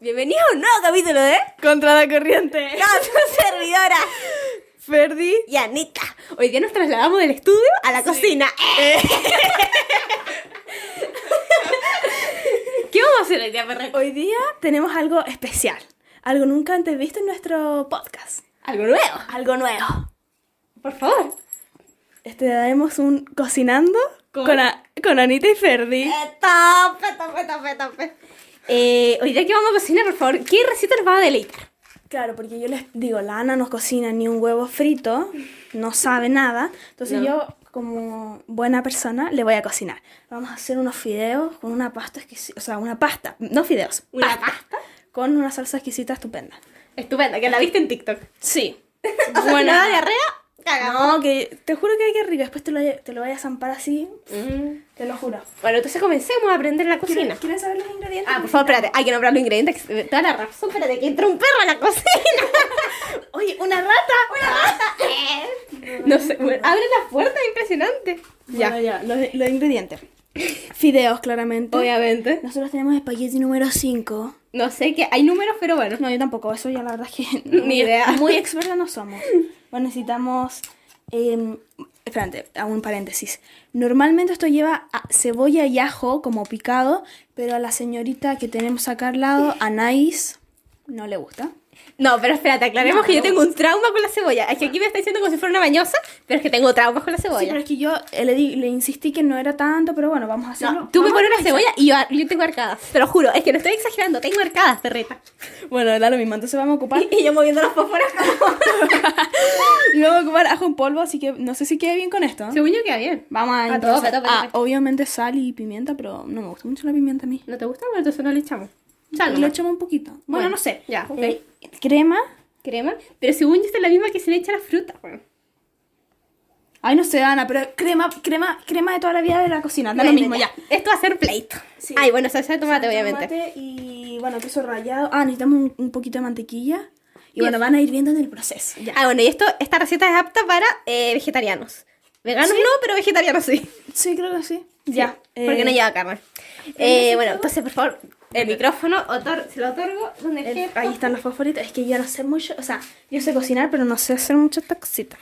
Bienvenido a un nuevo capítulo de Contra la corriente. Con su servidora Ferdi. y Anita. Hoy día nos trasladamos del estudio a la cocina. ¿Qué vamos a hacer hoy día, perra? Hoy día tenemos algo especial. Algo nunca antes visto en nuestro podcast. Algo nuevo. Algo nuevo. Por favor. Este daremos un cocinando Con- con, A- con Anita y Ferdi. Eh, Tope, tope, tope, tope. Eh, hoy día que vamos a cocinar, por favor, ¿qué receta nos va a deleitar? Claro, porque yo les digo, la Ana no cocina ni un huevo frito, no sabe nada. Entonces No. yo, como buena persona, le voy a cocinar. Vamos a hacer unos fideos con una pasta exquisita. O sea, una pasta, no fideos. Una pasta. Con una salsa exquisita estupenda. Estupenda, que la viste en TikTok. Sí. Bueno, Buena. diarrea? No, que te juro que hay que rico. Después te lo, te lo voy a zampar así. Te lo juro. Mm. Bueno, entonces comencemos a aprender la ¿Quieren, cocina. quieren saber los ingredientes? Ah, por favor, espérate, hay que nombrar los ingredientes. que- Toda la razón, espérate, que entra un perro a la cocina. Oye, una rata. ¡Una rata! No sé, bueno, abre la puerta, impresionante. Ya, ya, los, los ingredientes. Fideos, claramente. Obviamente. Nosotros tenemos espagueti número 5. No sé qué, hay números, pero bueno. No, yo tampoco, eso ya la verdad es que. Ni muy- idea. Muy expertas no somos. Bueno, necesitamos. Eh, espérate, hago un paréntesis. Normalmente esto lleva a- cebolla y ajo como picado, pero a la señorita que tenemos acá al lado, Anaís, no le gusta. No, pero espérate, aclaremos No, que yo no. tengo un trauma con la cebolla. Es que aquí me está diciendo como si fuera una bañosa, pero es que tengo traumas con la Sí, cebolla. pero es que yo eh, le, di- le insistí que no era tanto, pero bueno, vamos a hacerlo. No, tú me Vamos pones a una cebolla y yo, yo tengo arcadas. Te lo juro, es que no estoy exagerando, tengo arcadas, perreta. revisar. Bueno, da lo mismo, entonces vamos a ocupar, Y, y yo moviendo los fósforos como... y vamos a ocupar ajo en polvo, así que no sé si queda bien con esto. Según yo queda bien. Vamos a, A entonces- tope, a tope, a ah, tope. obviamente sal y pimienta, pero no me gusta mucho la pimienta a mí. ¿No te gusta? Bueno, entonces no le echamos. Sal Y nomás. le echamos un poquito. Bueno, Bueno, no sé. ya, ok. Eh, crema. crema, pero según yo esta es la misma que se le echa a la fruta. weón. Ay, no sé, Ana, pero crema, crema, crema de toda la vida de la cocina. Da lo Bueno, mismo, ya. Esto va a ser pleito. Sí. Ay, bueno, salsa de tomate, obviamente. Tomate y, bueno, queso rallado. Ah, necesitamos un, un poquito de mantequilla. Y Bien. bueno, van a ir viendo en el proceso. Ah, bueno, y esto, esta receta es apta para eh, vegetarianos. Veganos no, pero vegetarianos sí. Sí, creo que sí. Ya, Eh, porque no lleva carne. Eh, bueno, entonces, por favor, el micrófono otor- se lo otorgo donde el- el Eh, ahí están los favoritos. Es que yo no sé mucho, o sea, yo sé cocinar, pero no sé hacer muchas taxitas.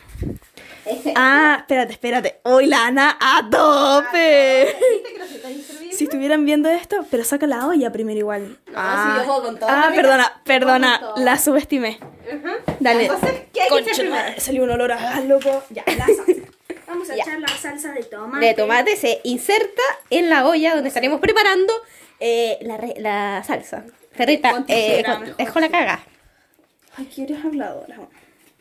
Ah, espérate, espérate. Hoy la Ana a Ah, tope. Si estuvieran viendo esto, pero saca la olla primero igual. No, si yo puedo con todo. Ah, Mira, perdona, puedo perdona, con todo. la subestimé. Dale. Entonces, ¿qué hay que Concha hacer de primero? madre, Salió un olor a ah, loco. Ya, la salsa. Vamos Ya. la salsa de tomate. de tomate se inserta en la olla donde estaremos preparando eh, la, re- la salsa. Ferrita, Con eh, tijera, con- mejor, dejó la caga. Ay, que eres habladora.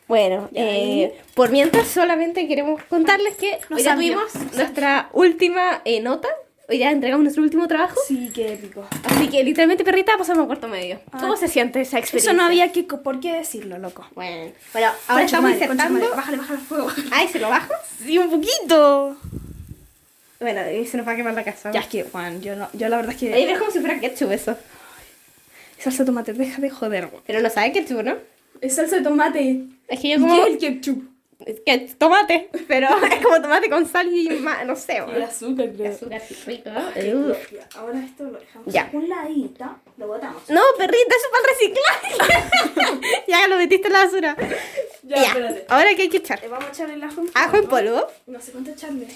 Bueno, Y ahí- eh, por mientras solamente queremos contarles que No hoy ya sabía, tuvimos no sabía. nuestra última eh, nota, hoy ya entregamos nuestro último trabajo, Sí, qué épico. así que literalmente perrita pasamos a cuarto medio. Ah. ¿Cómo se siente esa experiencia? Eso no había que, por qué decirlo, loco. Bueno, bueno Concha ahora estamos madre, concha insertando... madre, Bájale, bájale el fuego. Ay, ¿se lo bajo? Sí, un poquito. Bueno, ahí se nos va a quemar la casa. Ya es que, Juan, yo, no, yo la verdad es que... Ahí ves como si fuera ketchup eso, Salsa de tomate, deja de joder, güey. pero no sabe ketchup, ¿no? Es salsa de tomate. Es que yo ¿Y como... qué es el ketchup? Es que tomate, pero es como tomate con sal y ma- no sé, El bueno. azúcar, creo. Azúcar, sí, rico. Ya, ya, Ahora esto lo dejamos Ya. un ladito, lo botamos. No, perrita, eso es para el reciclaje. ya lo metiste en la basura. Ya, espérate. ahora que hay que echar. Le Eh, vamos a echar el ajo en polvo. Ajo en polvo. No sé cuánto echarle.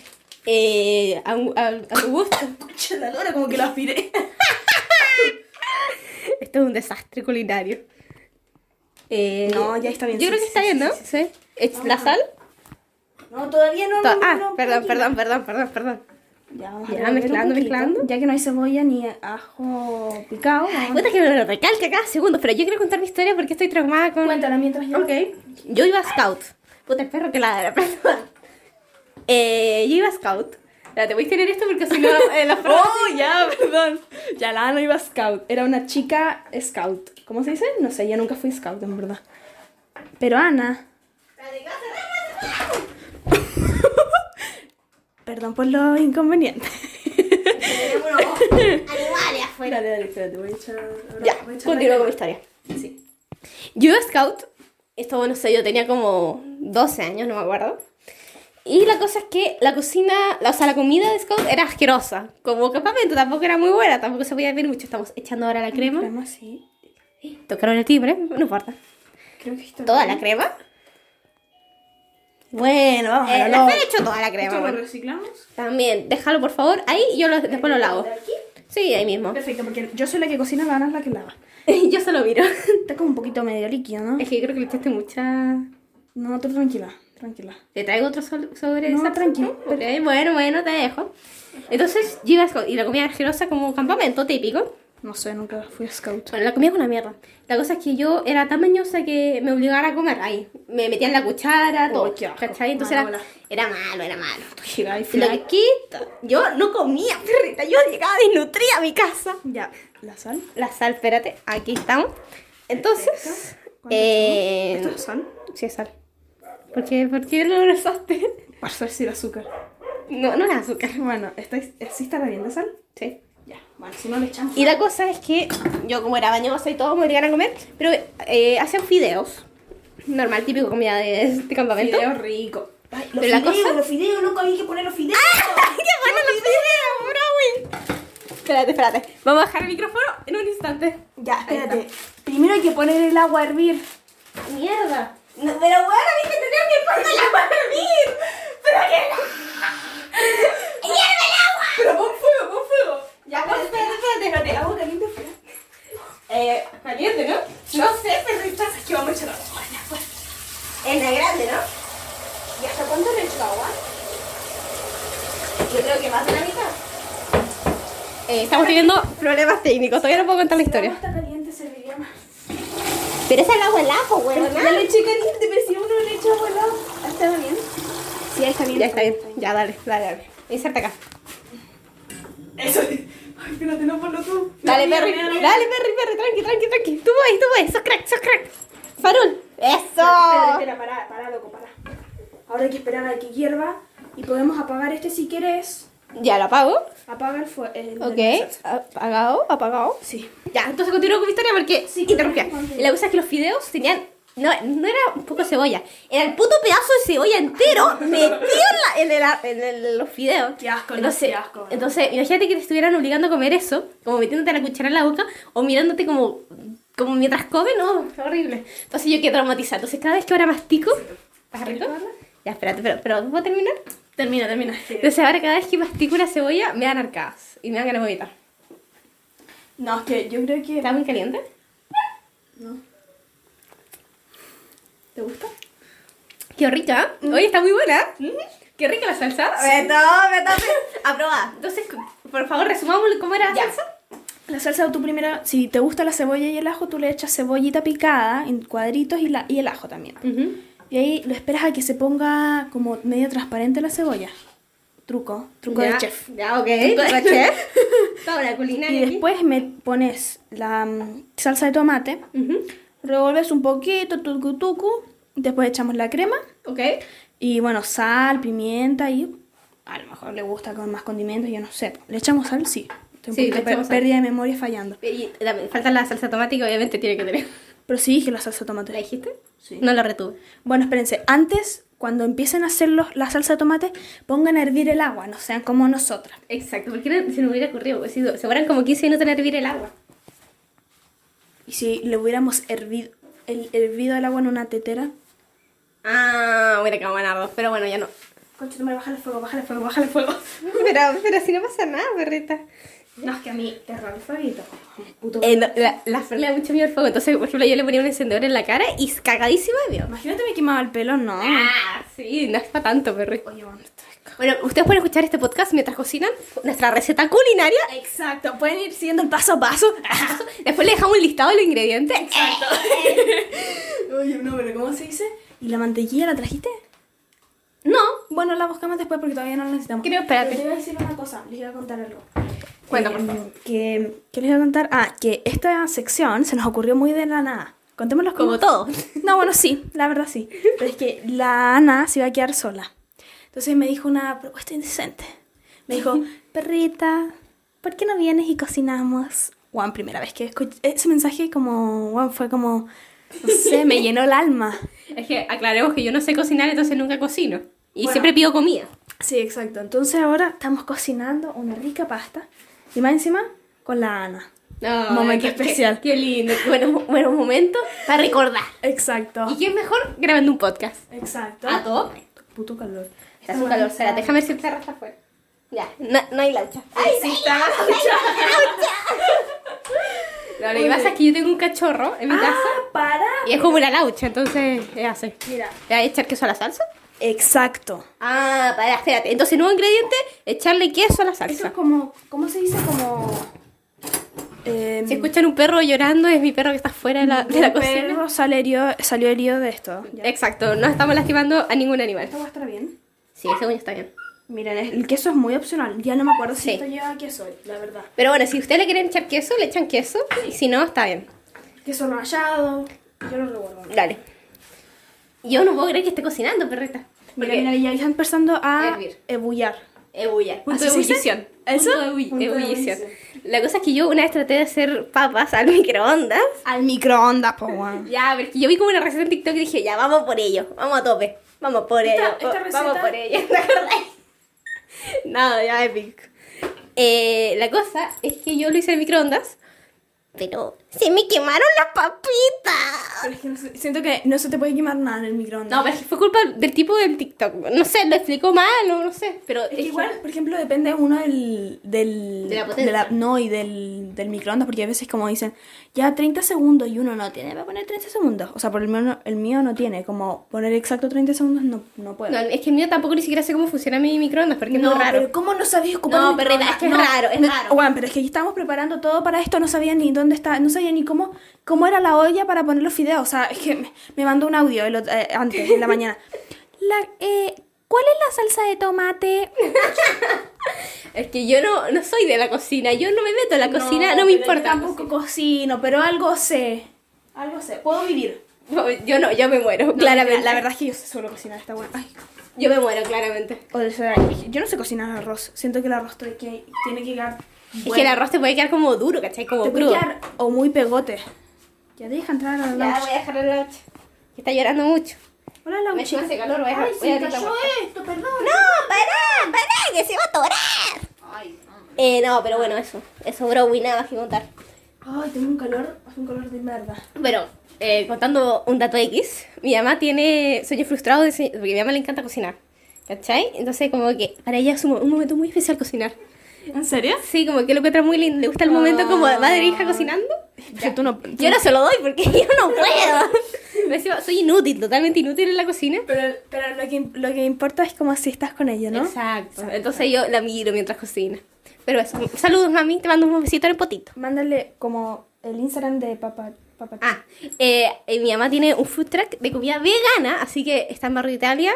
Eh, a, un- a- a tu gusto. Concha la lora, como que lo aspiré. Esto es un desastre culinario. Eh, No, ya está bien, sí, Yo creo que sí, está sí, bien, ¿no? sí, Sí. ¿Es ¿La sal? No, todavía no. To- no, Ah, no, perdón, poquito. perdón, perdón, perdón, perdón. Ya, vamos a Ya, revolver un mezclando, poquito. mezclando. Ya que no hay cebolla ni ajo picado. vamos- Cuenta que me lo recalca cada segundo, pero yo quiero contar mi historia porque estoy traumada con... Cuéntala mientras yo... Ok. Yo iba a scout. Puta, el perro que ladra, perdón. Eh, yo iba a scout. Ya, te voy a tener esto porque si no, eh, la forma- Oh, ya, perdón. Ya la Ana iba a scout. Era una chica scout. ¿Cómo se dice? No sé, yo nunca fui scout, en verdad. Pero Ana. perdón por los inconvenientes. Animales afuera. dale, dale, espérate, voy a echar. ahora Ya, voy a echar continúo la- con mi historia. Sí. Yo iba a scout. Esto, bueno, sé, yo tenía como 12 años, no me acuerdo. Y la cosa es que la cocina, la- o sea, la comida de scout era asquerosa. Como campamento, tampoco era muy buena, tampoco se podía ver mucho. Estamos echando ahora la crema. Crema, sí. Tocaron el timbre, no importa. Creo que está ¿Toda la crema? Bueno, vamos a a lo la loco. Fer Ah, echó toda la crema. Eh, ¿Esto lo bueno. reciclamos? También, déjalo por favor ahí y yo lo- después lo lavo. ¿Aquí? Sí, ahí mismo. Perfecto, porque yo soy la que cocina, Vanna es la que lava. yo se lo miro. Está como un poquito medio líquido, ¿no? Es que yo creo que le echaste mucha... No, tú tranquila, tranquila. ¿Te traigo otro sol- sobre No, esa? tranquilo. Ok, bueno, bueno, te dejo. Entonces, yo iba a esco- y la comida asquerosa como campamento típico. No sé, nunca fui scout. Bueno, la comida es una mierda. La cosa es que yo era tan mañosa que me obligara a comer ahí. Me metían la cuchara, Oh, todo. qué asco. ¿Cachai? Entonces era, Manola. era malo, era malo. Tú giras y Lo fly. que quita. Yo no comía, perrita. Yo llegaba desnutrida a mi casa. Ya, la sal. La sal, espérate. Aquí estamos. Entonces, ¿Cuánto eh, ¿Esto es sal? sí es sal. ¿Por qué, por qué lo abrazaste? Para si el azúcar. No, no es azúcar. Bueno, ¿estáis, ¿sí estará bien la sal? Sí. Ya, bueno, si no le echamos. Y la cosa es que yo como era bañosa y todo, me obligaron a comer, pero eh, hacían fideos. Normal, típico comida de, de campamento. Fideo rico. Ay, los Pero la fideos, cosa- ¡Ah! los fideos, nunca había que poner los fideos. ¡Qué bueno los fideos, Browy! Espérate, espérate. Vamos a bajar el micrófono en un instante. Ya, Ahí espérate. Primero hay que poner el agua a hervir. ¡Mierda! No, pero bueno, dije tener que poner el agua a hervir. ¡Pero que... ¡Hierve el agua! Pero pon fuego, pon fuego. Ya, pero espérate, espérate, espérate. Agua caliente fuera. Eh, caliente, ¿no? No sé, perrita. Es que vamos a echar agua. En pues, la grande, ¿no? ¿Y hasta cuánto le echo agua? Yo creo que más de la mitad. Eh, estamos teniendo problemas técnicos, todavía no puedo contar la El agua historia. está caliente, serviría más. Pero esa es el agua al ajo, güey. Ya le eché caliente, pero si uno le echa agua al lado. ah, ¿Está bien? Sí, está bien. Ya está bien, ya dale, dale, dale. Inserta acá. Eso. Ay, espérate, no ponlo tú. Dale, Mira, Perry, mira, dale, mira. Perry, Perry, tranqui, tranqui, tranqui. Tú puedes, tú puedes, sos crack, sos crack. Farul, Espera, eso. espera, pará, pará, loco, pará. Ahora hay que esperar a que hierva y podemos apagar este si quieres. Ya lo apago. Apaga el fuego. Ok, apagado, apagado. Sí. Ya, entonces continúo con mi historia porque Sí, interrumpía. continúa. La cosa es que los fideos tenían. No, no era un poco de cebolla, era el puto pedazo de cebolla entero metido en, la- en el ar- en el- los fideos. Qué asco, no, entonces, qué asco. Entonces, imagínate que te estuvieran obligando a comer eso, como metiéndote la cuchara en la boca o mirándote como, como mientras comes, no, es horrible. Entonces, yo quedé traumatizada. Entonces, cada vez que ahora mastico. ¿Estás rico? Ya, espérate, pero, pero ¿puedo terminar? Termina, termina. Entonces, ahora cada vez que mastico una cebolla, me dan arcadas y me dan ganas de vomitar. No, es que yo creo que. ¿Está muy caliente? No. ¿Te gusta? Qué rica. Oye, está muy buena. Qué rica la salsa. Aprobada. Mm-hmm. Entonces, por favor, resumamos cómo era la salsa. La salsa, tú primero, si te gusta la cebolla y el ajo, tú le echas cebollita picada en cuadritos y, la, y el ajo también. Mm-hmm. Y ahí lo esperas a que se ponga como medio transparente la cebolla. Truco, truco de Ya, chef. Ya, ok. Truco de Truco de chef. Toda la culinaria. Y aquí. después me pones la mm, salsa de tomate, Ujú. revuelves un poquito, tucu tucu, después echamos la crema Ok. y bueno, sal, pimienta y a lo mejor le gusta con más condimentos, yo no sé. ¿Le echamos sal? Sí. Estoy un Sí, le poquito per- echamos sal. pérdida de memoria fallando. Y también falta la salsa tomática, obviamente tiene que tener. Pero sí dije la salsa de ¿La tomate. dijiste? Sí. No la retuve. Bueno, espérense, antes, cuando empiecen a hacer los- la salsa de tomate, pongan a hervir el agua, no sean como nosotras. Exacto, porque no, se nos hubiera ocurrido. pues, Si se fueran como 15 minutos en hervir el agua. Y si le hubiéramos hervido el, hervido el agua en una tetera. Ah, hubiera quedado buenardo, pero bueno, ya no. Concha, tú me bájale el fuego, bájale el fuego, bájale el fuego. Pero, pero si no pasa nada, perrita. No, es que a mí, terror el fueguito. Puto. Eh, no, la, la Fer le da mucho miedo al fuego, entonces, por ejemplo, yo le ponía un encendedor en la cara y cagadísima de miedo. Imagínate me quemaba el pelo, no. Ah, sí, no es para tanto, perrito. Oye, bueno, esto es... Bueno, ustedes pueden escuchar este podcast mientras cocinan nuestra receta culinaria. Exacto, pueden ir siguiendo el paso a paso. Después le dejamos un listado de los ingredientes. Exacto. Oye, no, pero ¿cómo se dice? ¿Y la mantequilla la trajiste? No, Bueno, la buscamos después porque todavía no la necesitamos. Creo- espérate. Pero te iba a decir una cosa, les iba a contar algo. Cuenta, por Eh, favor. Que, ¿Qué les iba a contar? Ah, que esta sección se nos ocurrió muy de la nada. Contémoslos como todo. No, bueno, sí, la verdad sí. Pero es que la Ana se iba a quedar sola. Entonces me dijo una propuesta indecente. Me dijo, perrita, ¿por qué no vienes y cocinamos? Juan, primera vez que escuché ese mensaje, como, Juan, fue como, no sé, me llenó el alma. Es que aclaremos que yo no sé cocinar, entonces nunca cocino. Y Bueno. siempre pido comida. Sí, exacto. Entonces ahora estamos cocinando una rica pasta. Y más encima, con la Ana. Ay, Momento qué- qué- especial. Qué, lindo, qué bueno, buenos momentos para recordar. Exacto. ¿Y qué mejor grabando un podcast? Exacto. A Oh. ¿Ah? todo. Puto calor. Está un calor, Sara. Déjame ver si el cerro está afuera. Ya, no, no hay laucha. Ay, sí, está. No, lo que pasa es que yo tengo un cachorro en mi casa Ah, para. y es como una laucha, entonces es así. Mira. ¿Le vas a echar queso a la salsa? Exacto. Ah, para, espérate. Entonces, nuevo ingrediente, echarle queso a la Eso salsa. es como. ¿Cómo se dice? Como. em, Si escuchan un perro llorando, es mi perro que está fuera de la, de la un cocina. perro sale herido- salió herido de esto. Ya. Exacto, no estamos lastimando a ningún animal. ¿Esto va a estar bien? Sí, según yo está bien. Miren, es- el queso es muy opcional. Ya no me acuerdo si Sí. esto lleva queso, la verdad. Pero bueno, si ustedes le quieren echar queso, le echan queso. Y si no, está bien. Queso rallado. Yo lo recuerdo. Dale. Yo no puedo creer que esté cocinando, perrita. Mira, mira, ya están empezando a Hervir. ebullar. Ebulla. Punto de ¿Así se dice? ebullición. ¿Eso? Punto de ebu- Punto de ebullición. ebullición. La cosa es que yo una vez traté de hacer papas al microondas. Al microondas, po, weón. Ya, porque yo vi como una receta en TikTok y dije, ya, vamos por ello, vamos a tope, vamos por Esta- ello, esta va- receta- vamos por ello, ¿te acordás? No, ya épico. Eh, la cosa es que yo lo hice en microondas, pero se me quemaron las papitas. Pero es que no sé- siento que no se te puede quemar nada en el microondas. No, pero es que fue culpa del tipo del TikTok, no sé, lo explicó mal o no sé, pero Es que igual, por ejemplo, depende uno del... del De la potencia. no, y del, del microondas, porque a veces como dicen, ya 30 segundos y uno no tiene, va a poner 30 segundos. O sea, por el mío, no- el mío no tiene, como poner exacto 30 segundos no, no puedo. No, es que el mío tampoco ni siquiera sé cómo funciona mi microondas, porque es No, muy raro. pero ¿cómo no sabías ocupar No, el pero es microondas? que es raro, es raro. Bueno, pero es que aquí estábamos preparando todo para esto, no sabía ni dónde estaba, no sabía ni cómo, cómo era la olla para poner los fideos. O sea, es que me, me mandó un audio el otro- eh, antes, en la mañana. La- eh, ¿Cuál es la salsa de tomate? Es que yo no, no soy de la cocina, yo no me meto en la cocina, no, pero me yo importa. la tampoco cocino, pero algo sé. Algo sé. Puedo vivir. Yo no, yo me muero, claramente. La verdad es que yo solo cocinar está bueno. Ay. Yo me muero, claramente. O sea, yo no sé cocinar arroz. Siento que el arroz tiene que, tiene que quedar. Es que el arroz te puede quedar como duro, ¿cachai? Como Te puede crudo. quedar o muy pegote. Ya deja entrar a la Ya, lunch. voy a dejar la noche. Que está llorando mucho. Hola, la Me encima hace calor, voy a Ay, voy a se abrir la cayó puerta. esto, perdón. ¡No! ¡Pará! ¡Pará! ¡Que se va a atorar! Eh, no, pero bueno, eso. Eso, bro, y nada más que contar. Ay, tengo un calor, hace un calor de mierda. Pero, eh, contando un dato X, mi mamá tiene sueño frustrado de se- porque a mi mamá le encanta cocinar. ¿Cachai? Entonces, como que para ella es un, un momento muy especial cocinar. ¿En serio? Sí, como que lo encuentra muy lindo. Le gusta el momento como va de e hija cocinando. Pero tú no. Yo no se lo doy porque yo no puedo. Me decía, soy inútil, totalmente inútil en la cocina. Pero, pero lo, que, lo que importa es como si estás con ella, ¿no? Exacto. Entonces yo la miro mientras cocina. Pero eso, saludos mami, te mando un besito en el potito. Mándale como el Instagram de papá. papá Ah, eh, eh, mi mamá tiene un food truck de comida vegana, así que está en Barrio Italia.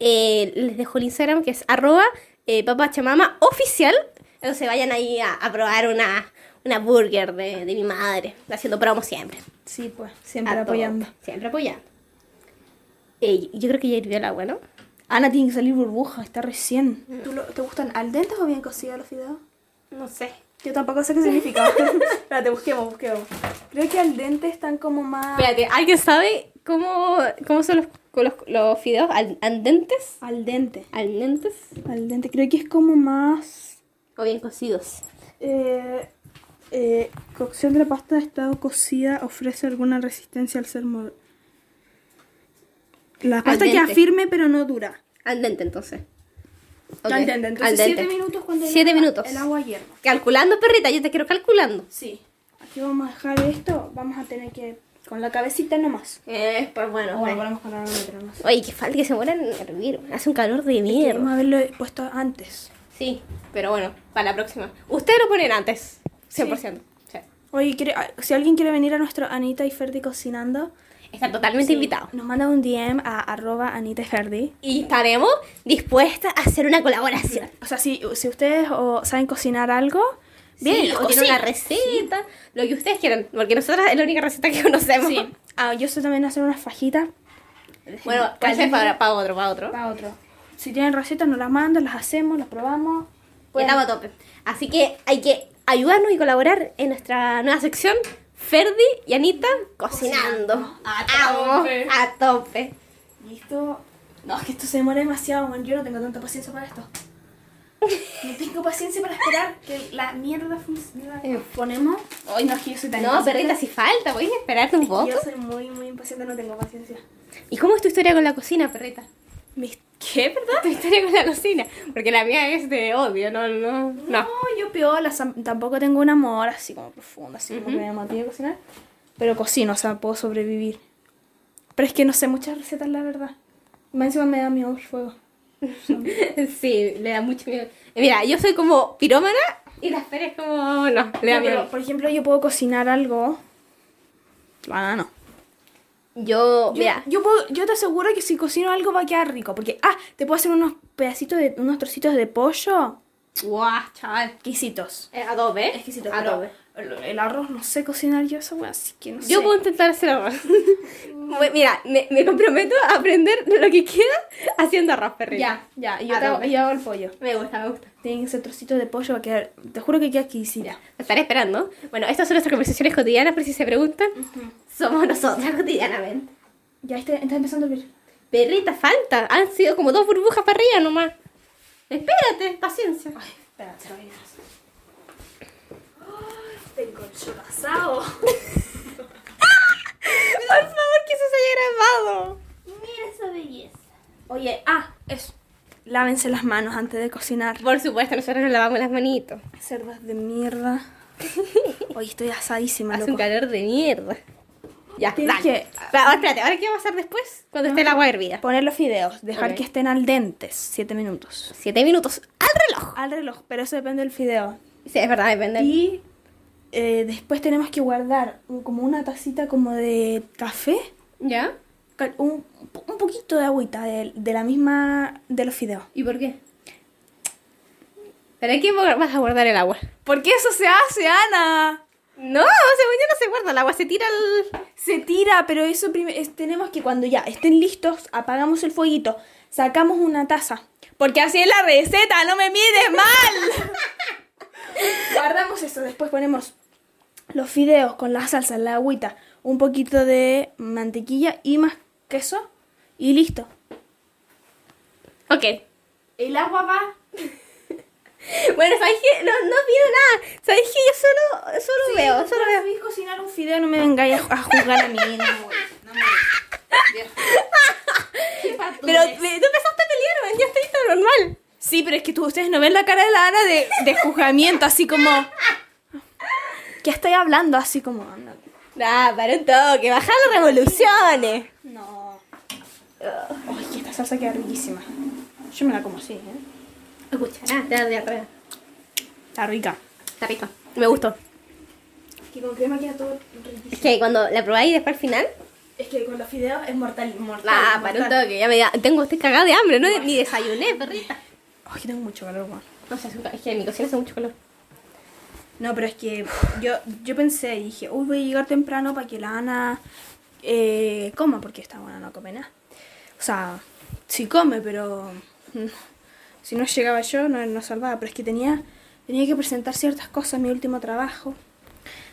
Eh, les dejo el Instagram que es arroba eh, papachamama oficial. Entonces vayan ahí a, a probar una, una burger de, de mi madre, haciendo promo siempre. Sí, pues, siempre A todo. apoyando. Siempre apoyando. Eh, yo creo que ya hirvió el agua, ¿no? Ana tiene que salir burbuja, está recién. Mm. ¿Tú lo- ¿Te gustan al dente o bien cocidos los fideos? No sé. Yo tampoco sé qué significa. Espérate, busquemos, busquemos. Creo que al dente están como más. Espérate, ¿alguien sabe cómo, cómo son los, con los, los fideos al, andentes? Al dente. ¿Andentes? Al dente. Creo que es como más. ¿O bien cocidos? Eh, eh, cocción de la pasta de estado cocida ofrece alguna resistencia al ser mol- La pasta queda dente. firme pero no dura. Al dente, entonces. Ok, Al dente, entonces al dente. 7 minutos cuando Siete hierva minutos. el agua hierva. Calculando, perrita, yo te quiero calculando. Sí. Aquí vamos a dejar esto, vamos a tener que con la cabecita nomás. Eh, pues bueno. Bueno, ponemos con la barómetro nomás. Oye, que falta que se mueran a hervir. Hace un calor de Debemos mierda. haberlo puesto antes. Sí, pero bueno, para la próxima. Ustedes lo ponen antes, 100%. Sí. Oye, quiere- ah, si alguien quiere venir a nuestro Anita y Ferdi cocinando, Están totalmente invitados. nos manda un DM a arroba Anita y Ferdi. Y estaremos dispuestas a hacer una colaboración. O sea, si, si ustedes o, saben cocinar algo, bien. Sí, o o tienen cocinan. una receta, lo que ustedes quieran, porque nosotras es la única receta que conocemos. Sí. Ah, yo sé también hacer unas fajitas Bueno, Para ese es el- para, para otro, para otro. para otro. Si tienen recetas, nos las mandan, las hacemos, las probamos. Y Pueden- estamos a tope. Así que hay que ayudarnos y colaborar en nuestra nueva sección, Ferdi y Anita cocinando. A tope. Vamos, a tope. Y esto. No, es que esto se demora demasiado, man. Yo no tengo tanta paciencia para esto. No tengo paciencia para esperar que la mierda funcione. Eh. Ponemos. Hoy no es que yo soy tan No, perrita, impaciente. si falta, voy a esperarte un poco. Yo soy muy, muy impaciente, no tengo paciencia. ¿Y cómo es tu historia con la cocina, perrita? Mis- ¿Qué, verdad? Tu historia con la cocina. Porque la mía es de odio, no, No, no, no. yo piola, sam- tampoco tengo un amor así como profundo, así como que me motive a cocinar. Pero cocino, o sea, puedo sobrevivir. Pero es que no sé muchas recetas, la verdad. Más encima me da miedo el fuego. Sí, le da mucho miedo. Eh, Mira, yo soy como pirómana y las peras como. No, le da No, pero, miedo. por ejemplo, yo puedo cocinar algo. Banano. Yo, Yo, mira. yo, puedo- yo te aseguro que si cocino algo va a quedar rico. Porque, ah, te puedo hacer unos pedacitos de. unos trocitos de pollo. Guau, chaval. Ah, Exquisitos. Eh, adobe. Exquisitos. pero Adobe. el, el arroz no sé cocinar yo esa wea, así que no sé. Yo puedo intentar hacer arroz. Bueno, Mira, me, me comprometo a aprender lo que queda haciendo arroz, perrita. Ya, ya, yo, te Adobe. hago, yo hago el pollo. Me gusta, me gusta. Tienen que ser trocitos de pollo, va a quedar. Te juro que queda exquisito. Lo estaré esperando. Bueno, estas son nuestras conversaciones cotidianas, por si se preguntan. Somos nosotras cotidianamente. Ya está, está empezando a hervir. Perrita, falta. Han sido como dos burbujas para arriba nomás. Espérate, paciencia. Espera, se lo voy a hacer. Tengo el chorro asado. Por favor, que eso se haya grabado. Mira esa belleza. Oye, ah, eso. Lávense las manos antes de cocinar. Por supuesto, nosotros nos lavamos las manitos. Cerdas de mierda. Oye, estoy asadísima, Hace un loco. calor de mierda. Ya, Tienes dale. que- Pero, ahora, espérate, ¿ahora qué va a pasar después? Cuando esté el agua hervida. Poner los fideos, dejar Ok. que estén al dentes, 7 minutos. Siete minutos al reloj. Al reloj, pero eso depende del fideo. Sí, es verdad, depende. Y eh, después tenemos que guardar un- como una tacita como de café, ¿Ya? cal- un, un poquito de agüita de, de la misma de los fideos. ¿Y por qué? ¿Pero aquí vas a guardar el agua? ¿Por qué eso se hace, Ana? No, según yo no se guarda el agua, se tira al... Se tira, pero eso prime- es- tenemos que cuando ya estén listos, apagamos el fueguito, sacamos una taza. Porque así es la receta, no me mires mal. Guardamos eso, después ponemos los fideos con la salsa, la agüita, un poquito de mantequilla y más queso y listo. Ok. El agua va. Bueno, ¿sabes qué? No, no pido nada. ¿Sabes qué? Yo solo, solo veo, solo veo. sabéis cocinar un fideo, no me vengáis a, a juzgar a mí. no me voy. Pero me- tú empezaste a pelear, man. Yo estoy todo normal. Sí, pero es que tú, ustedes no ven la cara de la Ana de, de juzgamiento, así como... ¿Qué estoy hablando? Así como... anda. Nah, para un toque. Bajar las revoluciones. No. Ay, que esta salsa queda riquísima. Yo me la como así, ¿eh? Escucha, te da diarrea. Está rica. Está rico. Me gustó. Que con crema queda todo riquísimo. Es que cuando la probáis después al final... Es que con los fideos es mortal, mortal. Nah, para un toque. Ya me da... Tengo, estoy cagada de hambre. No ni desayuné, perrita. Ay, que tengo mucho calor, weón. No sé, es un- es que en mi cocina hace mucho calor. No, pero es que yo, yo pensé y dije, uy, voy a llegar temprano para que la Ana eh, coma, porque esta buena no come nada. O sea, sí come, pero mm, si no llegaba yo no, no salvaba, pero es que tenía, tenía que presentar ciertas cosas en mi último trabajo.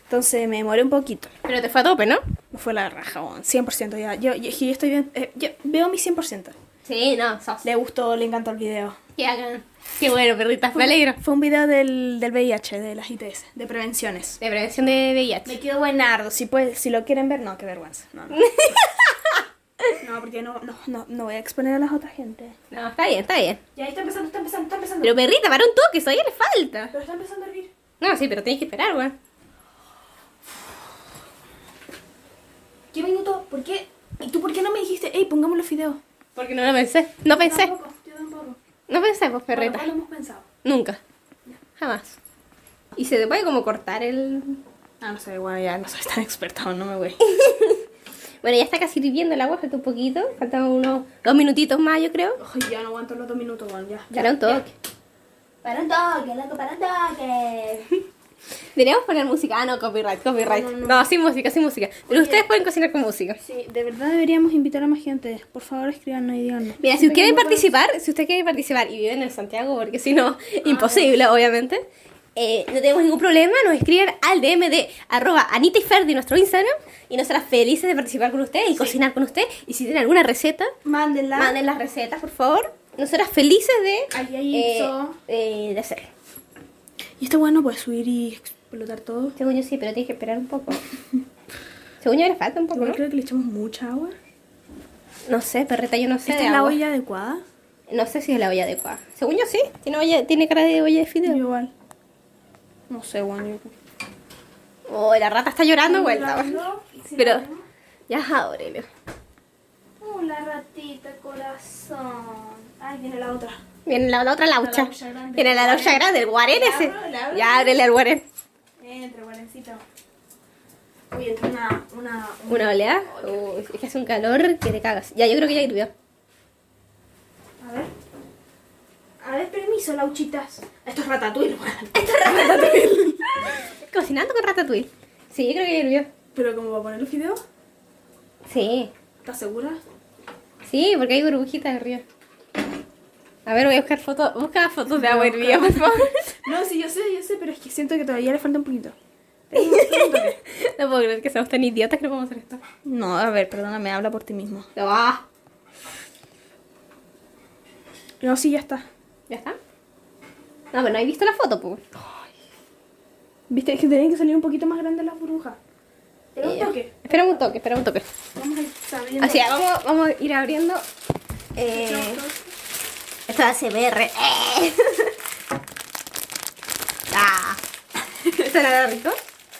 Entonces me demoré un poquito. Pero te fue a tope, ¿no? Me fue la raja, weón, 100% ya. Yo, yo, yo estoy bien, eh, yo veo mi 100%. Sí, no, sos. Le gustó, le encantó el video. Que hagan. Qué bueno, perrita. Me alegro. Fue un video del, del VIH, de las ITS, de prevenciones. De prevención de Me VIH. quedó buenardo. Si, puede, si lo quieren ver, no, qué vergüenza. No, no. No, porque no, no, no, no voy a exponer a las otras gente. No, está bien, está bien. Ya, ahí está empezando, está empezando, está empezando. Pero perrita, para un toque, todavía le falta. Pero está empezando a hervir. No, sí, pero tienes que esperar, weón. ¿Qué minuto? ¿Por qué? ¿Y tú por qué no me dijiste, hey, pongamos los fideos? Porque no lo pensé. No pensé. Tampoco, yo tampoco. No pensé, pues, perrita. Bueno, no lo hemos pensado. Nunca. Jamás. Y se te puede como cortar el... Ah, no sé, bueno, ya no soy tan experta, no me voy. Bueno, ya está casi hirviendo el agua, falta un poquito. Faltan unos dos minutitos más, yo creo. Ay, ya no aguanto los dos minutos, bueno, ya. Para un toque. Para un toque, loco, para un toque. Deberíamos poner música. Ah, no, copyright, copyright. No, sin música, sin música. Pero ustedes pueden cocinar con música. Sí, de verdad deberíamos invitar a más gente. Por favor, escríbanos y díganos. Mira, si quieren participar, si ustedes quieren participar y viven en Santiago, porque si Ah. no, imposible, obviamente. eh, no tenemos ningún problema, nos escriben al DM de arroba Anita y Ferdi, nuestro Instagram, y nosotras felices de participar con ustedes y cocinar con ustedes. Y si tienen alguna receta, Mándenla. manden las recetas, por favor. nosotras felices de, Ahí hay ipso. eh, eh, de hacer. Y este bueno puede subir y explotar todo. Según yo sí, pero tienes que esperar un poco. Según yo le falta un poco, Igual ¿no? creo que le echamos mucha agua. No sé, perreta, yo no sé ¿Esta de es la agua. olla adecuada? No sé si es la olla adecuada. Según yo sí, tiene, olla, tiene cara de olla de fideo. Igual. No sé, bueno. Oh, la rata está llorando, vuelta. Pero ya es Aurelio. Hola ratita corazón. Ay, viene la otra. Viene la, la otra laucha. laucha grande. Viene la laucha grande, el guarén ¿La ese. abro? ¿La abro? Ya ábrele al guarén. Entra, guarencito. Uy, entra una, una, Una oleada. Uy, es que hace un calor que te cagas. Ya, yo creo que ya hirvió. A ver. A ver, permiso, lauchitas. Esto es ratatouille, weón. Cocinando con ratatouille. Sí, yo creo que ya hirvió. ¿Pero cómo va a poner los fideos? Sí. ¿Estás segura? Sí, porque hay burbujitas de río. A ver, voy a buscar fotos. Busca fotos de agua hervida, por favor. No, sí, yo sé, yo sé, pero es que siento que todavía le falta un poquito. No puedo creer que seamos tan idiotas que no podemos hacer esto. No, a ver, perdóname, habla por ti mismo. No, ah, No, sí, ya está. ¿Ya está? No, pero no he visto la foto, pues. Viste, es que tenían que salir un poquito más grandes las burbujas. Pero un toque. Eh, Espera un toque, espera un toque. Vamos a ir sabiendo. O sea, vamos, vamos a ir abriendo. Eh, esto hace BR. Eh. ah. ¿Será rico?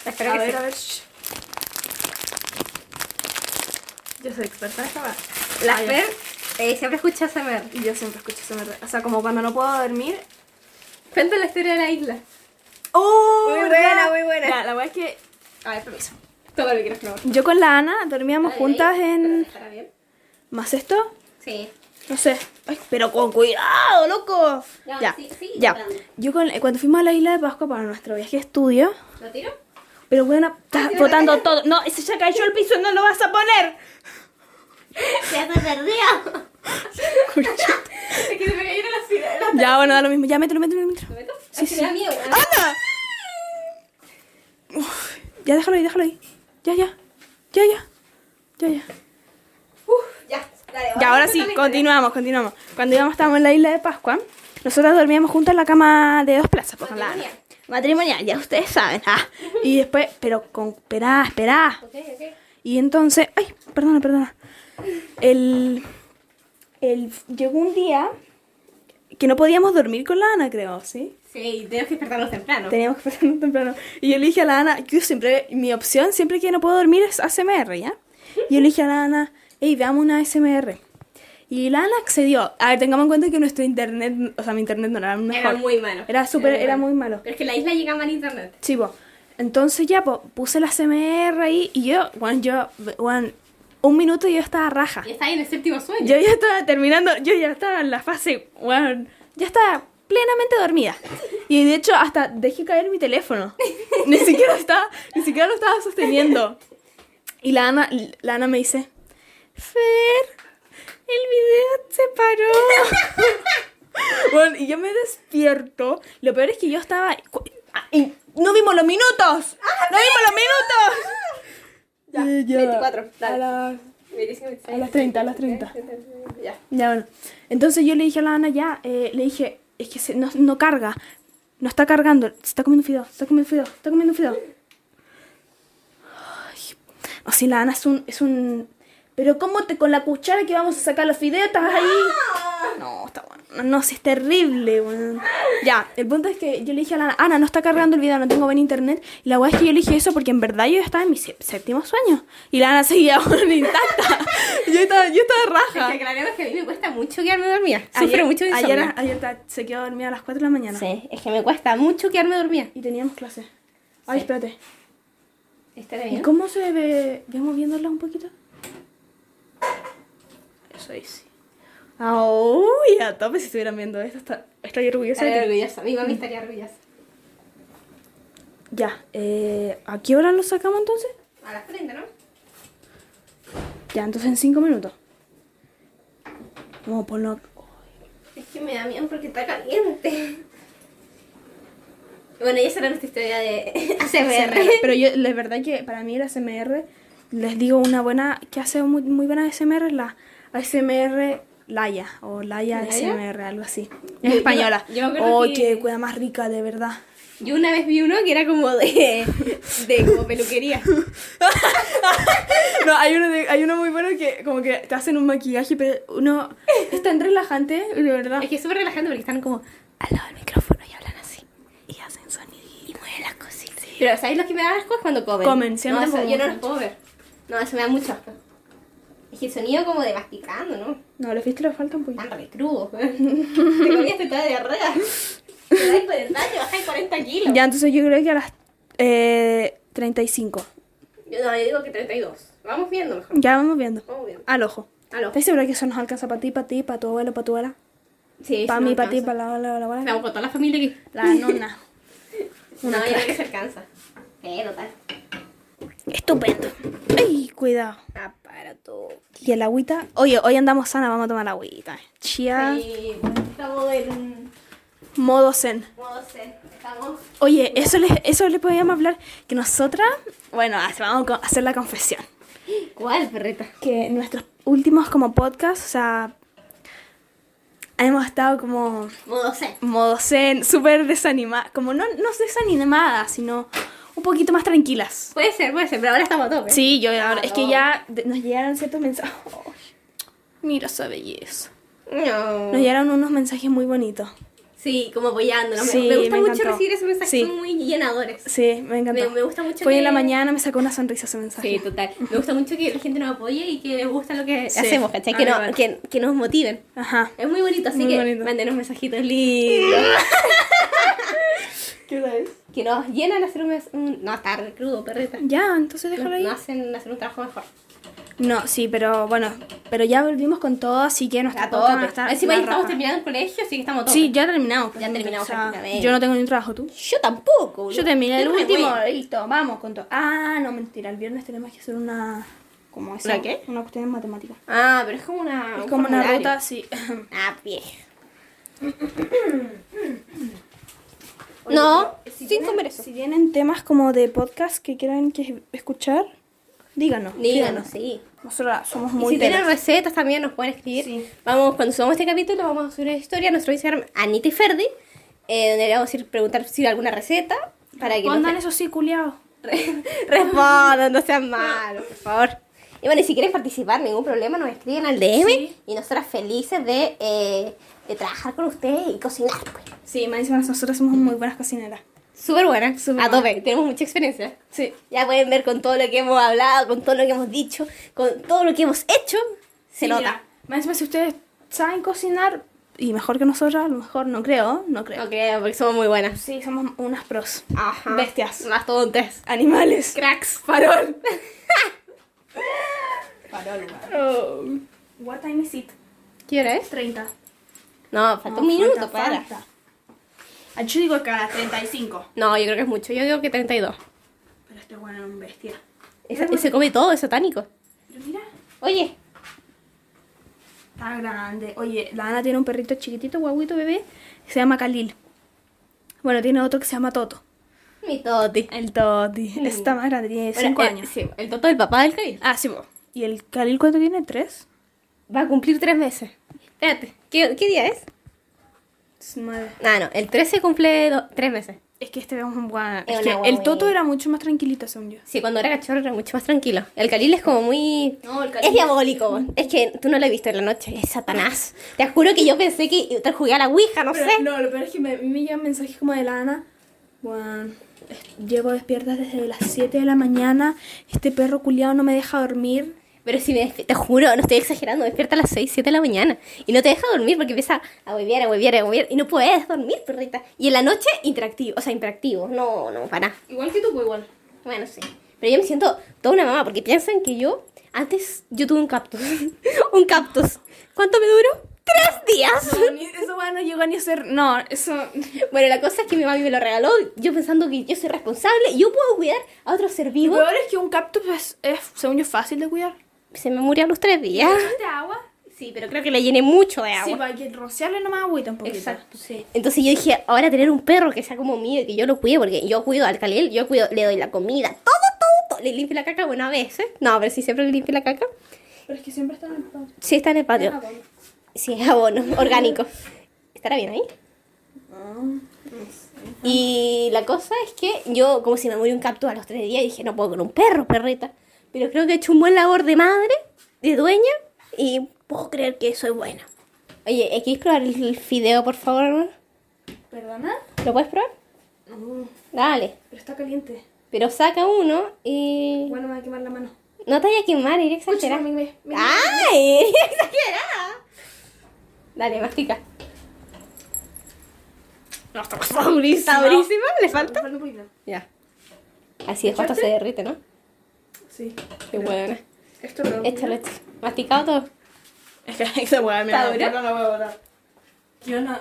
Espero A que ver, sí. a ver. shh. Yo soy experta en esta va. La Ah, ya. Fer eh, siempre escucha saber. Y Yo siempre escucho esa merda. O sea, como cuando no puedo dormir. Cuenta la historia de la isla. ¡Oh! Muy ¿verdad? buena, muy buena. Ya, la verdad es que. A ver, permiso. Todo el micrófono. Yo con la Ana dormíamos juntas en. ¿Estará bien? ¿Más esto? Sí. No sé. Ay, pero con cuidado, loco. Ya, Ya. sí, sí, ya. tratando. Yo con, eh, cuando fuimos a la isla de Pascua para nuestro viaje de estudio. ¿Lo tiro? Pero bueno, estás Ah, sí, botando todo. No, ese ya cayó al piso, no lo vas a poner. ¡Se te perdió! es que se me cayeron las filas. ya, bueno, da lo mismo. Ya, mételo, mételo, mételo. ¿Lo meto? Sí, es que sí. Ah. me da miedo. weón. ¡Ana! Uf, ya déjalo ahí, déjalo ahí. Ya, ya. Ya, ya. Ya, ya. Uf, ya. Dale, vamos Ya, a ahora contar sí, la historia. continuamos, continuamos. Cuando íbamos, estábamos en la isla de Pascua, nosotras dormíamos juntas en la cama de dos plazas. Pues, con la Ana. Matrimonial. Matrimonial, ya ustedes saben. ah. Y después, pero con, esperá, esperá. Ok, ok. Y entonces, ay, perdona, perdona. El, el, llegó un día que no podíamos dormir con la Ana, creo, ¿sí? Sí, tenemos que despertarnos temprano. Teníamos que pasarnos temprano. Y yo le dije a la Ana, yo siempre, mi opción siempre que no puedo dormir es ASMR, ¿ya? Y yo le dije a la Ana, hey, veamos una ASMR. Y la Ana accedió. A ver, tengamos en cuenta que nuestro internet, o sea, mi internet no era el mejor. Era muy malo. Era súper, era muy malo. Pero es que la isla llega mal internet. Chivo. Entonces ya, po, puse la ASMR ahí y yo, bueno, yo, bueno, un minuto y yo estaba raja. Y está ahí en el séptimo sueño. Yo ya estaba terminando, yo ya estaba en la fase, bueno, ya estaba plenamente dormida. Y de hecho hasta dejé caer mi teléfono. Ni siquiera estaba, ni siquiera lo estaba sosteniendo. Y la Ana, la Ana me dice, Fer, el video se paró. Bueno, y yo me despierto. Lo peor es que yo estaba... cu- ah, y no vimos los minutos. No vimos los minutos. Ya, 24, dale. A las- A a las 30, a las 30. Ya. Ya, bueno. Entonces yo le dije a la Ana ya, eh, le dije, es que se- no, no carga, no está cargando, se está comiendo fideo, se está comiendo fideo, se está comiendo fideo. Ay, No, sí, la Ana es un, es un... Pero ¿cómo te, con la cuchara que vamos a sacar los fideos estás ahí? No, está bueno. No, No, sí, es terrible, weón. Ya, el punto es que yo le dije a la Ana, Ana, no está cargando el video, no tengo buen internet. Y la verdad es que yo le dije eso porque en verdad yo estaba en mi sé- séptimo sueño. Y la Ana seguía weón, intacta. Yo estaba, yo estaba Es raja. que aclaremos que a mí me cuesta mucho quedarme dormida. Ayer- Sufro mucho de ayer, insomnio. ayer ta- se quedó dormida a las 4 de la mañana. Sí, es que me cuesta mucho quedarme dormida. Y teníamos clase. Ay, espérate. ¿Estará ¿Y bien? cómo se ve? ¿Vamos viéndola un poquito? Eso ahí sí. Ah, Uy, a tope si estuvieran viendo esto. Está, estoy orgullosa Estaría de ti. orgullosa. Mi mami estaría orgullosa. Ya, eh, ¿a qué hora lo sacamos entonces? A las 30, ¿no? Ya, entonces en 5 minutos. Vamos a ponerlo. Es que me da miedo porque está caliente. Bueno, y esa era nuestra historia de ACMR. Pero yo, la verdad que para mí la SMR, les digo una buena, que hace muy, muy buena SMR es la ASMR Laia o Laia ¿Laia? SMR, algo así. Yo- Es española. yo me acuerdo Oy, que- qué cuida más rica, de verdad. Yo una vez vi uno que era como de, de como peluquería. No, hay uno, de- hay uno muy bueno que como que te hacen un maquillaje, pero uno es tan relajante, de verdad. Es que es súper relajante porque están como al lado del micrófono y hablan así. Y hacen sonido. Y mueven las cositas. Pero ¿sabéis lo que me da asco? Es cuando comen. Comen, sí, a mí no, eso- tampoco Yo me no los puedo ver. No, eso me da mucho asco. Es que el sonido como de masticando, ¿no? No, los viste le falta un poquito. Están re crudos. Te comías toda de diarrea. Te das 40 años, bajáis 40 kilos. Ya, entonces yo creo que a las eh, 35. Yo, no, yo digo que 32. Vamos viendo mejor. Ya vamos viendo. Vamos viendo. Al ojo. Aló. ¿Estás segura que eso nos alcanza para ti, para ti, para tu abuelo, para tu abuela? Sí, Para sí, mí, no para ti, alcanza. para la abuela, la abuela. Estamos con toda la familia aquí. La nona. no, yo creo que se alcanza. Eh, total. Estupendo. Ay, cuidado. Aparato. Y el agüita. Oye, hoy andamos sana, vamos a tomar agüita. Chia. Sí, estamos en Modo zen. modo zen. Estamos. Oye, eso le, eso le podíamos hablar. Que nosotras, bueno, hace- vamos a hacer la confesión. ¿Cuál, perreta? Que nuestros últimos como podcast, o sea, hemos estado como Modo zen. modo zen, súper desanimadas. Como no, no desanimadas, sino un poquito más tranquilas. Puede ser, puede ser, pero ahora estamos a tope. Sí, yo ahora, es que no. ya de- nos llegaron ciertos mensajes. Oh, mira esa belleza. Nos No. llegaron unos mensajes muy bonitos. Sí, como apoyándonos. Me- Sí, me, gusta me mucho encantó. recibir esos mensajes, Sí. son muy llenadores. Sí, me encantó. Me- me gusta mucho Fue que- en la mañana, me sacó una sonrisa ese mensaje. Sí, total. Me gusta mucho que la gente nos apoye y que les gusta lo que Sí. Ah, hacemos, ¿cachai? A Que, mí no- igual. que, que nos motiven. Ajá. Es muy bonito, así Muy que bonito. mándenos mensajitos lindos. ¿Qué sabes? que nos llenan a hacer un, mes- un- No, está re crudo, perreta. Ya, entonces Nos, déjalo ahí. nos hacen hacer un trabajo mejor. No, sí, pero bueno, pero ya volvimos con todo, así que nuestra A podcast va tope. a estar Encima más ya estamos raja. terminando el colegio, así que estamos a tope. Sí, ya terminamos. Ya terminamos prácticamente. yo no tengo ni un trabajo, ¿tú? Yo tampoco. Yo terminé el re último, buena. listo, vamos con todo. Ah, no, mentira, el viernes tenemos que hacer una... ¿Cómo es? ¿Una qué? Una cuestión de matemática. Ah, pero es como una. Es un como una formulario. ruta, sí. Ah, bien. no, sin comer eso. Si tienen temas como de podcast que quieran que escuchar, díganos. Díganos, sí. Nosotras somos Y muy si tienen telas. recetas también nos pueden escribir. Sí. Vamos, cuando subamos este capítulo, vamos a subir una historia a nuestro Instagram, Anita y Ferdi, eh, donde le vamos a ir preguntar si hay alguna receta para que nos- Pongan eso sí, culiao. Re- Respondan, no sean malos, por favor. Y bueno, y si quieren participar, ningún problema, nos escriben al DM y nosotras felices de, eh, de trabajar con ustedes y cocinar. Pues. Sí, más encima nosotras somos muy buenas cocineras. Súper buena, Súper a tope, tenemos mucha experiencia. Sí. Ya pueden ver con todo lo que hemos hablado, con todo lo que hemos dicho, con todo lo que hemos hecho, se Sí, nota. mira, Más encima, si ustedes saben cocinar, y mejor que nosotras, a lo mejor no creo, no creo. No creo, porque somos muy buenas. Sí, somos unas pros. Ajá. Bestias. Más tontas. Animales. Cracks. Farol. Um, What time is it? ¿Qué hora es? 30. No, falta un minuto para. Yo digo que a las 35. No, yo creo que es mucho. Yo digo que 32. Pero este bueno es un bestia. Esa- y se come todo, es satánico. Pero mira, Oye, está grande. Oye, la Ana tiene un perrito chiquitito, guaguito bebé, que se llama Khalil. Bueno, tiene otro que se llama Toto. mi toti. El Toti. Está más grande, tiene 5 Bueno, eh, años. sí, el toto del papá del Khalil. Ah, sí, vos. ¿Y el Khalil cuánto tiene? ¿Tres? Va a cumplir tres meses. Espérate, ¿qué, qué día es? Nueve. Ah, no, el 13 cumple do- tres meses. Es que este es un guan. Es Es una que el guagüita. Toto era mucho más tranquilito, según yo. Sí, cuando era cachorro era mucho más tranquilo. El Khalil es como muy... No, el Khalil es diabólico. Es que tú no lo has visto en la noche. Es Satanás. Te juro que yo pensé que te jugué a la Ouija, no sé. no, lo peor es que me, me llegan mensajes como de la Ana. Guan, es- llevo despierta desde las 7 de la mañana. Este perro culiado no me deja dormir. Pero si me despi- te juro, no estoy exagerando, me despierta a las 6, 7 de la mañana y no te deja dormir porque empieza a huevear, a huevear, a huevear y no puedes dormir, perrita. Y en la noche, interactivo, o sea, interactivo, no, no, para nada. Igual que tú, pues igual. Bueno, sí. Pero yo me siento toda una mamá porque piensan que yo, antes yo tuve un cactus, un cactus. ¿Cuánto me duró? ¡Tres días! eso guan, no llegó ni a ser. No, eso. Bueno, la cosa es que mi mami me lo regaló, yo pensando que yo soy responsable y yo puedo cuidar a otro ser Lo vivo. peor es que un cactus es, es, según yo, fácil de cuidar. Se me murió a los tres días. ¿De agua? Sí, pero creo que le llené mucho de agua. Sí, para que rociarle nomás agüita un poquito. Exacto, sí. Entonces yo dije, ahora tener un perro que sea como mío y que yo lo cuide, porque yo cuido al Khalil, yo cuido, le doy la comida, todo, todo, todo. Le limpio la caca, bueno, a veces. No, pero sí siempre le limpio la caca. Pero es que siempre está en el patio. Ah, Sí, está en el patio. Sí, es abono, orgánico. ¿Estará bien ahí? Y la cosa es que yo, como si me murió un capto a los tres días, dije, no puedo con un perro, perreta. Pero creo que he hecho un buen labor de madre, de dueña, y puedo creer que soy buena. Oye, ¿eh, ¿quieres probar el el fideo, por favor? amor? ¿Perdona? ¿Lo puedes probar? No, Dale. pero está caliente. Pero saca uno y... Igual no me va a quemar la mano. No te vaya a quemar, eres Escucha, exagerada. mi- mi- mi- Ah. ¡Ay! eres ¡Exagerada! Dale, mastica. No, está ¿Está durísima? ¿Le falta? Falta un poquito. Ya. Así de justo se derrite, ¿no? Sí. Qué buena. Esto lo Échalo, échalo. ¿Masticado todo? Es que esa weá me ¿Está da- dura? no la voy a botar. Yo no.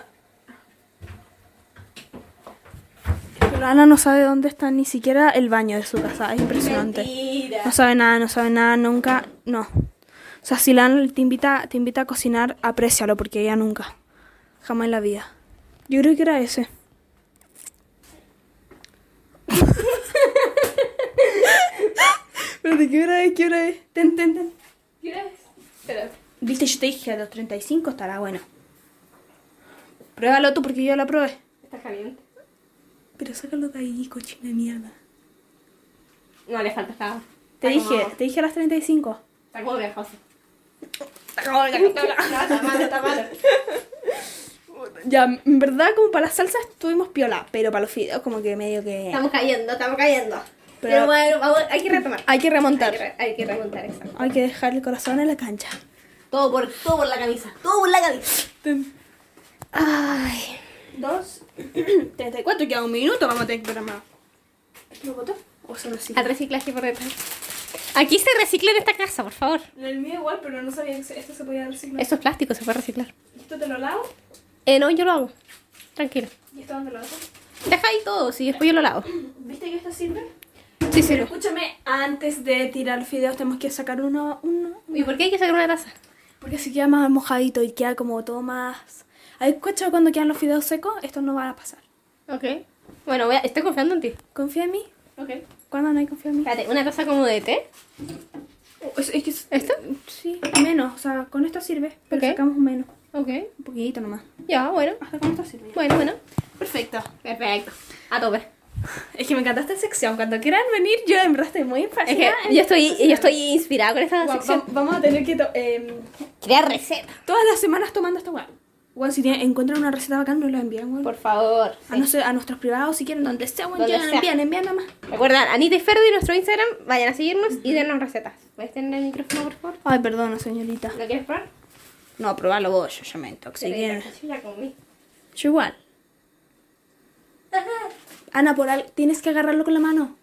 Pero Ana no sabe dónde está ni siquiera el baño de su casa. Es impresionante. Mentira. No sabe nada, no sabe nada, nunca, no. O sea, si la Ana te invita, te invita a cocinar, aprécialo, porque ella nunca. Jamás en la vida. Yo creo que era ese. Espérate, ¿qué hora es? ¿Qué hora es? Ten, ten, ten. Espera. Viste, yo te dije, a los 35 estará bueno. Pruébalo tú porque yo la probé. Está caliente. Pero sácalo de ahí, cochina de mierda. No, le falta nada. Te Está dije, como- te dije a las 35. Está como viajoso. Uh, Ya, en verdad, como para las salsas estuvimos piola, pero para los fideos, como que medio que. Estamos cayendo, estamos cayendo. Pero, Pero bueno, vamos- hay que retomar. Hay que Hay que, remontar. re- hay que remontar, exacto. Hay que dejar el corazón en la cancha. Todo por, todo por la camisa. Todo por la camisa. Ay. Dos. 34, queda un minuto, vamos a tener que programar. ¿Lo botó? O solo así. Al reciclaje por detrás. Aquí se recicla en esta casa, por favor. El mío igual, pero no sabía que se- esto se podía reciclar. Eso es plástico, se puede reciclar. ¿Y esto te lo lavo? Eh, no, yo lo hago. Tranquilo. ¿Y esto dónde lo hago? Deja ahí todo, si después yo lo lavo. ¿Viste que esto sirve? Sí, sí. Pero escúchame, antes de tirar los fideos, tenemos que sacar uno, uno. ¿Y por qué hay que sacar una taza? Porque así queda más mojadito y queda como todo más. ¿Hay cuacho cuando quedan los fideos secos? Estos no van a pasar. Ok. Bueno, voy a- estoy confiando en ti. ¿Confía en mí? Ok. ¿Cuándo no hay confía en mí? Espérate, una taza como de té. Oh, Es, es que es- ¿Esto? Sí, menos. O sea, con esto sirve, pero Ok. sacamos menos. Ok. Un poquitito nomás. Ya, bueno. Hasta con esto sirve. Bueno, bueno. Perfecto. Perfecto. A tope. Es que me encanta esta sección. Cuando quieran venir, yo en verdad estoy muy Es fascinada. que yo estoy, yo estoy inspirada con esta Guau, sección. va- vamos a tener que... to- eh, Crear receta. todas las semanas tomando esta weá. Weón, si tienen- encuentran una receta bacán, nos la envían, weón. Por favor. A, no ser- a nuestros privados, si quieren, donde sea, weón. Donde Ya, sea. envían, envían nomás. Recuerdan, Anita y Ferdi, nuestro Instagram, vayan a seguirnos y denos recetas. ¿Puedes tener el micrófono, por favor? Ay, perdona, señorita. ¿Lo quieres probar? No, probalo vos, yo ya me intoxiqué. Yo ya comí. Yo igual. Ana, por al- tienes que agarrarlo con la mano.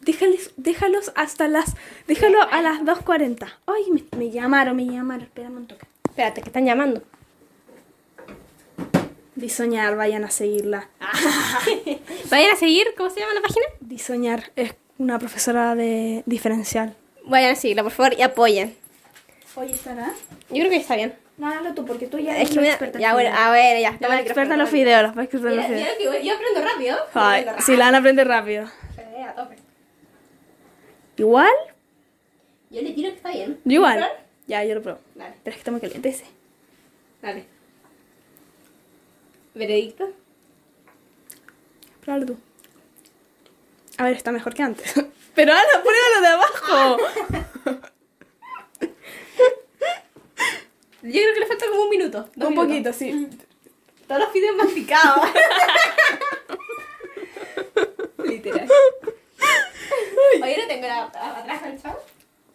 Déjales, déjalos hasta las. Déjalo a las 2.40. Ay, me, me llamaron, me llamaron. Espérame un toque. Espérate, que están llamando. Disoñar, vayan a seguirla. Vayan a seguir, ¿cómo se llama la página? Disoñar es una profesora de diferencial. Vayan a seguirla, por favor, y apoyen. Oye, estará. Yo creo que está bien. No, hazlo tú, porque tú ya Es que me da- Ya, bueno, a ver, ya. Ya toma el eres experta micrófono, en los toma el- videos, los experta en los Mira, videos. mira que voy- yo aprendo rápido. Ay, Aprendo sí, la van a aprender rápido. rápido. Eh, a tope. Igual, Yo le tiro que está bien. yo igual. ¿Probar? Ya, yo lo pruebo. Dale, Pero es que está muy caliente ese. dale. ¿Veredicto? Pruébalo tú. A ver, está mejor que antes. Pero Ana, pruébalo de abajo. Yo creo que le falta como un minuto. dos Un minutos. poquito, sí. Todos los fideos masticados. Literal. Oye, no tengo la, a- atrás el chavo.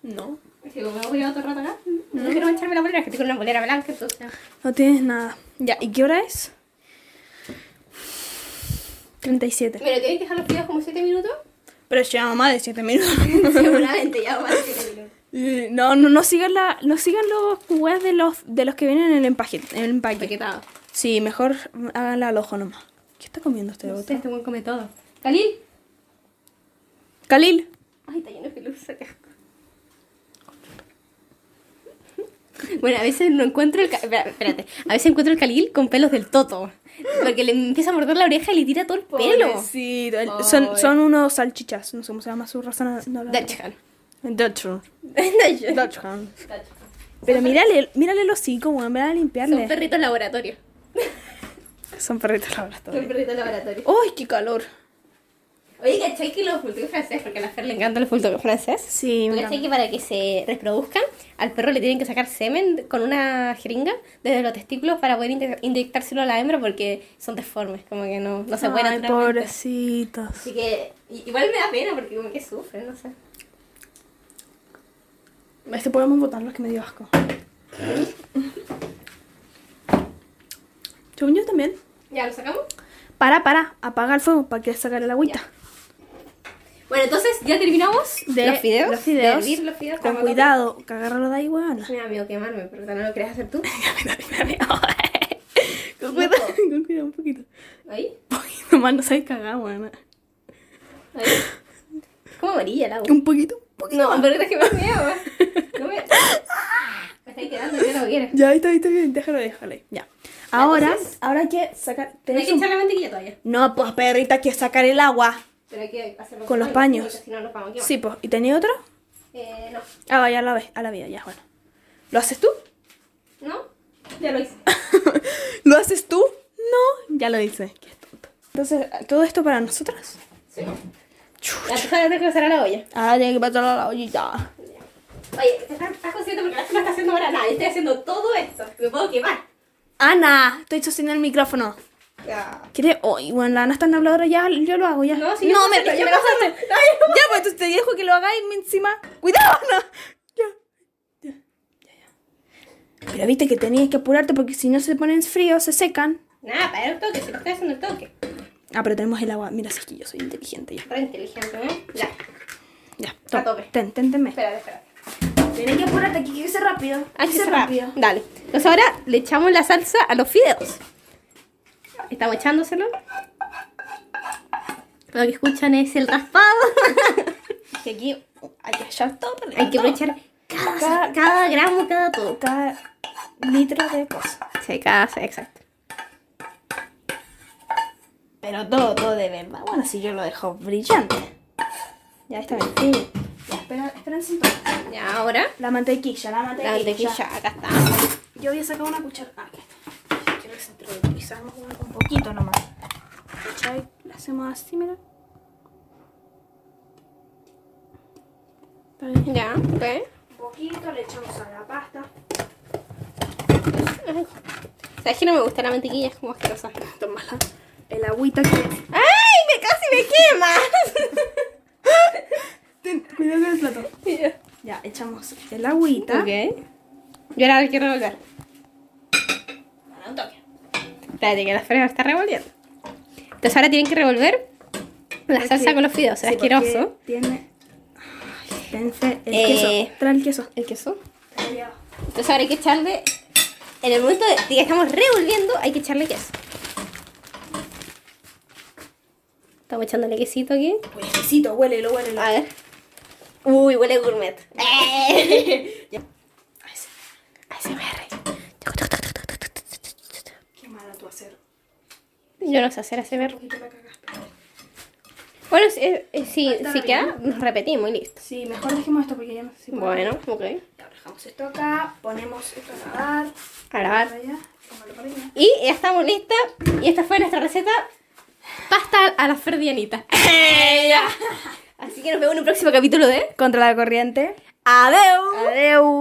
No. Es que como me voy a quedar todo el rato acá, no quiero mancharme la polera, es que tengo una polera blanca, entonces. No tienes nada. Ya, ¿y qué hora es? 37. Pero tienen que dejar los fideos como 7 minutos. Pero llevamos más de 7 minutos. Seguramente ya va a ser el- Eh, No, no, no sigan la, no sigan los webs de los de los que vienen en el empaque, en el empaque. Empaquetado. Sí, mejor háganla al ojo nomás. ¿Qué está comiendo este Usted otro? este buen come todo. Khalil. Khalil. Ay, está lleno de pelusa, qué asco. Bueno, a veces no encuentro el... ca- espera, Espérate, a veces encuentro el Khalil con pelos del toto. Porque le empieza a morder la oreja y le tira todo el pelo. Pobrecito. El- Pobre. Son, son unos salchichas. No sé cómo se llama su raza. No, no, Dutchman. Dutch. Dutchman. Dutch. Pero mírale, mírale el hocico, weón, ven a Son limpiarle. perritos laboratorio. Son perritos la verdad. Son perritos laboratorio. ¡Uy, qué calor! Oye, ¿cachai que los bulldog francés? Porque a la Fer le encanta los bulldog francés. Sí, ¿Tú mira. ¿Cachai que para que se reproduzcan, al perro le tienen que sacar semen con una jeringa desde los testículos para poder inte- inyectárselo a la hembra porque son deformes, como que no, no se pueden Ay, naturalmente. pobrecitos. Así que i- igual me da pena porque como que sufren, no sé. Este podemos botarlo, es que me dio asco. Según yo también. ¿Ya lo sacamos? Para, para, apaga el fuego para que sacar el agüita. Bueno, entonces ya terminamos De los fideos. Los fideos. De hervir los fideos. Con Tampoco- cuidado, que agárralo de ahí, weón. Me da miedo quemarme, pero no lo querías hacer tú. con cuidado, con cuidado, un poquito. Ahí, Un poquito más, no sabes cagar, weón. ahí. Como amarilla el agua. Un poquito, un poquito No, más. pero es que me da miedo. No me... Me estáis quedando, yo no quiero. Ya, viste, viste, bien, déjalo, déjalo ahí. Ya. Ahora, Entonces- ahora hay que sacar. No hay tenés que un- echar la mantequilla todavía. No, pues perrita, hay que sacar el agua. Pero hay que hacerlo Con los paños. porque Si no, nos vamos a quemar. Sí, pues. ¿Y tenía otro? Eh, no. Ah, vaya a la, vez, a la vida, ya, bueno. ¿Lo haces tú? ¿No? Ya lo hice. ¿Lo haces tú? No, ya lo hice. Qué tonto. Entonces, ¿todo esto para nosotras? Sí. La persona tiene que pasar a la olla. Ahora Ah, tiene que pasar a la ollita. Oye, te estás, estás consciente porque la gente no está haciendo ahora nada. Yo estoy haciendo todo esto. Me puedo quemar. Ana, estoy sosteniendo el micrófono. ¿Quiere? Oye, bueno, la Ana está en habladora, ya yo lo hago, ya. No, sí, no yo me, lo- yo me lo pasaste. hago. Ya, pues entonces te dejo que lo hagáis encima. ¡Cuidado, Ana! Ya. Ya, ya, ya. Pero viste que tenías que apurarte porque si no se ponen fríos, se secan. Nada, para el toque. Si lo estoy haciendo el toque. Ah, pero tenemos el agua. Mira, si es que yo soy inteligente ya. Re inteligente, ¿no? Ya. Ya, A toma. tope. Ten, ten, tenme. Espérate, espérate. Tenés que apurarte aquí, que hice rápido. Ah, que se va. Dale. Entonces ahora le echamos la salsa a los fideos. Estamos echándoselo. Lo que escuchan es el raspado. Que aquí hay que echar todo. para Hay que todo. aprovechar cada, Cada- cada gramo, cada todo. Cada litro de cosa. Sí, cada, sí, exacto. Pero todo, todo de verdad. Bueno, si yo lo dejo brillante. Ya está bien. Sí. Ya, espera, espérense un poco. Y ahora, La mantequilla, la mantequilla. la mantequilla, acá está. Yo voy a sacar una cuchara. Ah, ya. Quiero que se entre- pisamos una con poquito nomás. ¿Cachai? La hacemos así, mira. Para que- Ya, ok. Un poquito, le echamos a la pasta. Ay. ¿Sabes que no me gusta la mantequilla? Es como asquerosa. Tómala. El agüita que. ¡Ay! Me casi me quema. Ten, cuidado con el plato. Ya, echamos el agüita. Ok. Yo ahora la quiero revolver. Para un toque. Espérate, que la fresa está revolviendo. Entonces ahora tienen que revolver la Porque- salsa con los fideos. sí, es asqueroso. porque Tiene. Ay, Pense el Eh. queso. Trae el queso. El queso. Pero Entonces ahora hay que echarle. En el momento de de que estamos revolviendo, hay que echarle queso. Estamos echándole quesito aquí. Huele quesito, huélelo, huélelo. A ver. Uy, huele gourmet. Ay, sí. ASMR. Qué mala tú hacer. Yo no sé hacer ASMR. Porque tú la cagaste. Bueno, si, eh, eh, si, Está si queda, rellenando. nos repetimos y listo. Sí, mejor dejemos esto porque ya no sé si puedo. Bueno, ok. Ya, dejamos esto acá, ponemos esto a nadar. A grabar. Para allá, pongámoslo para allá. Y ya estamos listas. Y esta fue nuestra receta. Pasta a la ferdianita. Así que nos vemos en un próximo capítulo de Contra la corriente. Adeu. Adeu.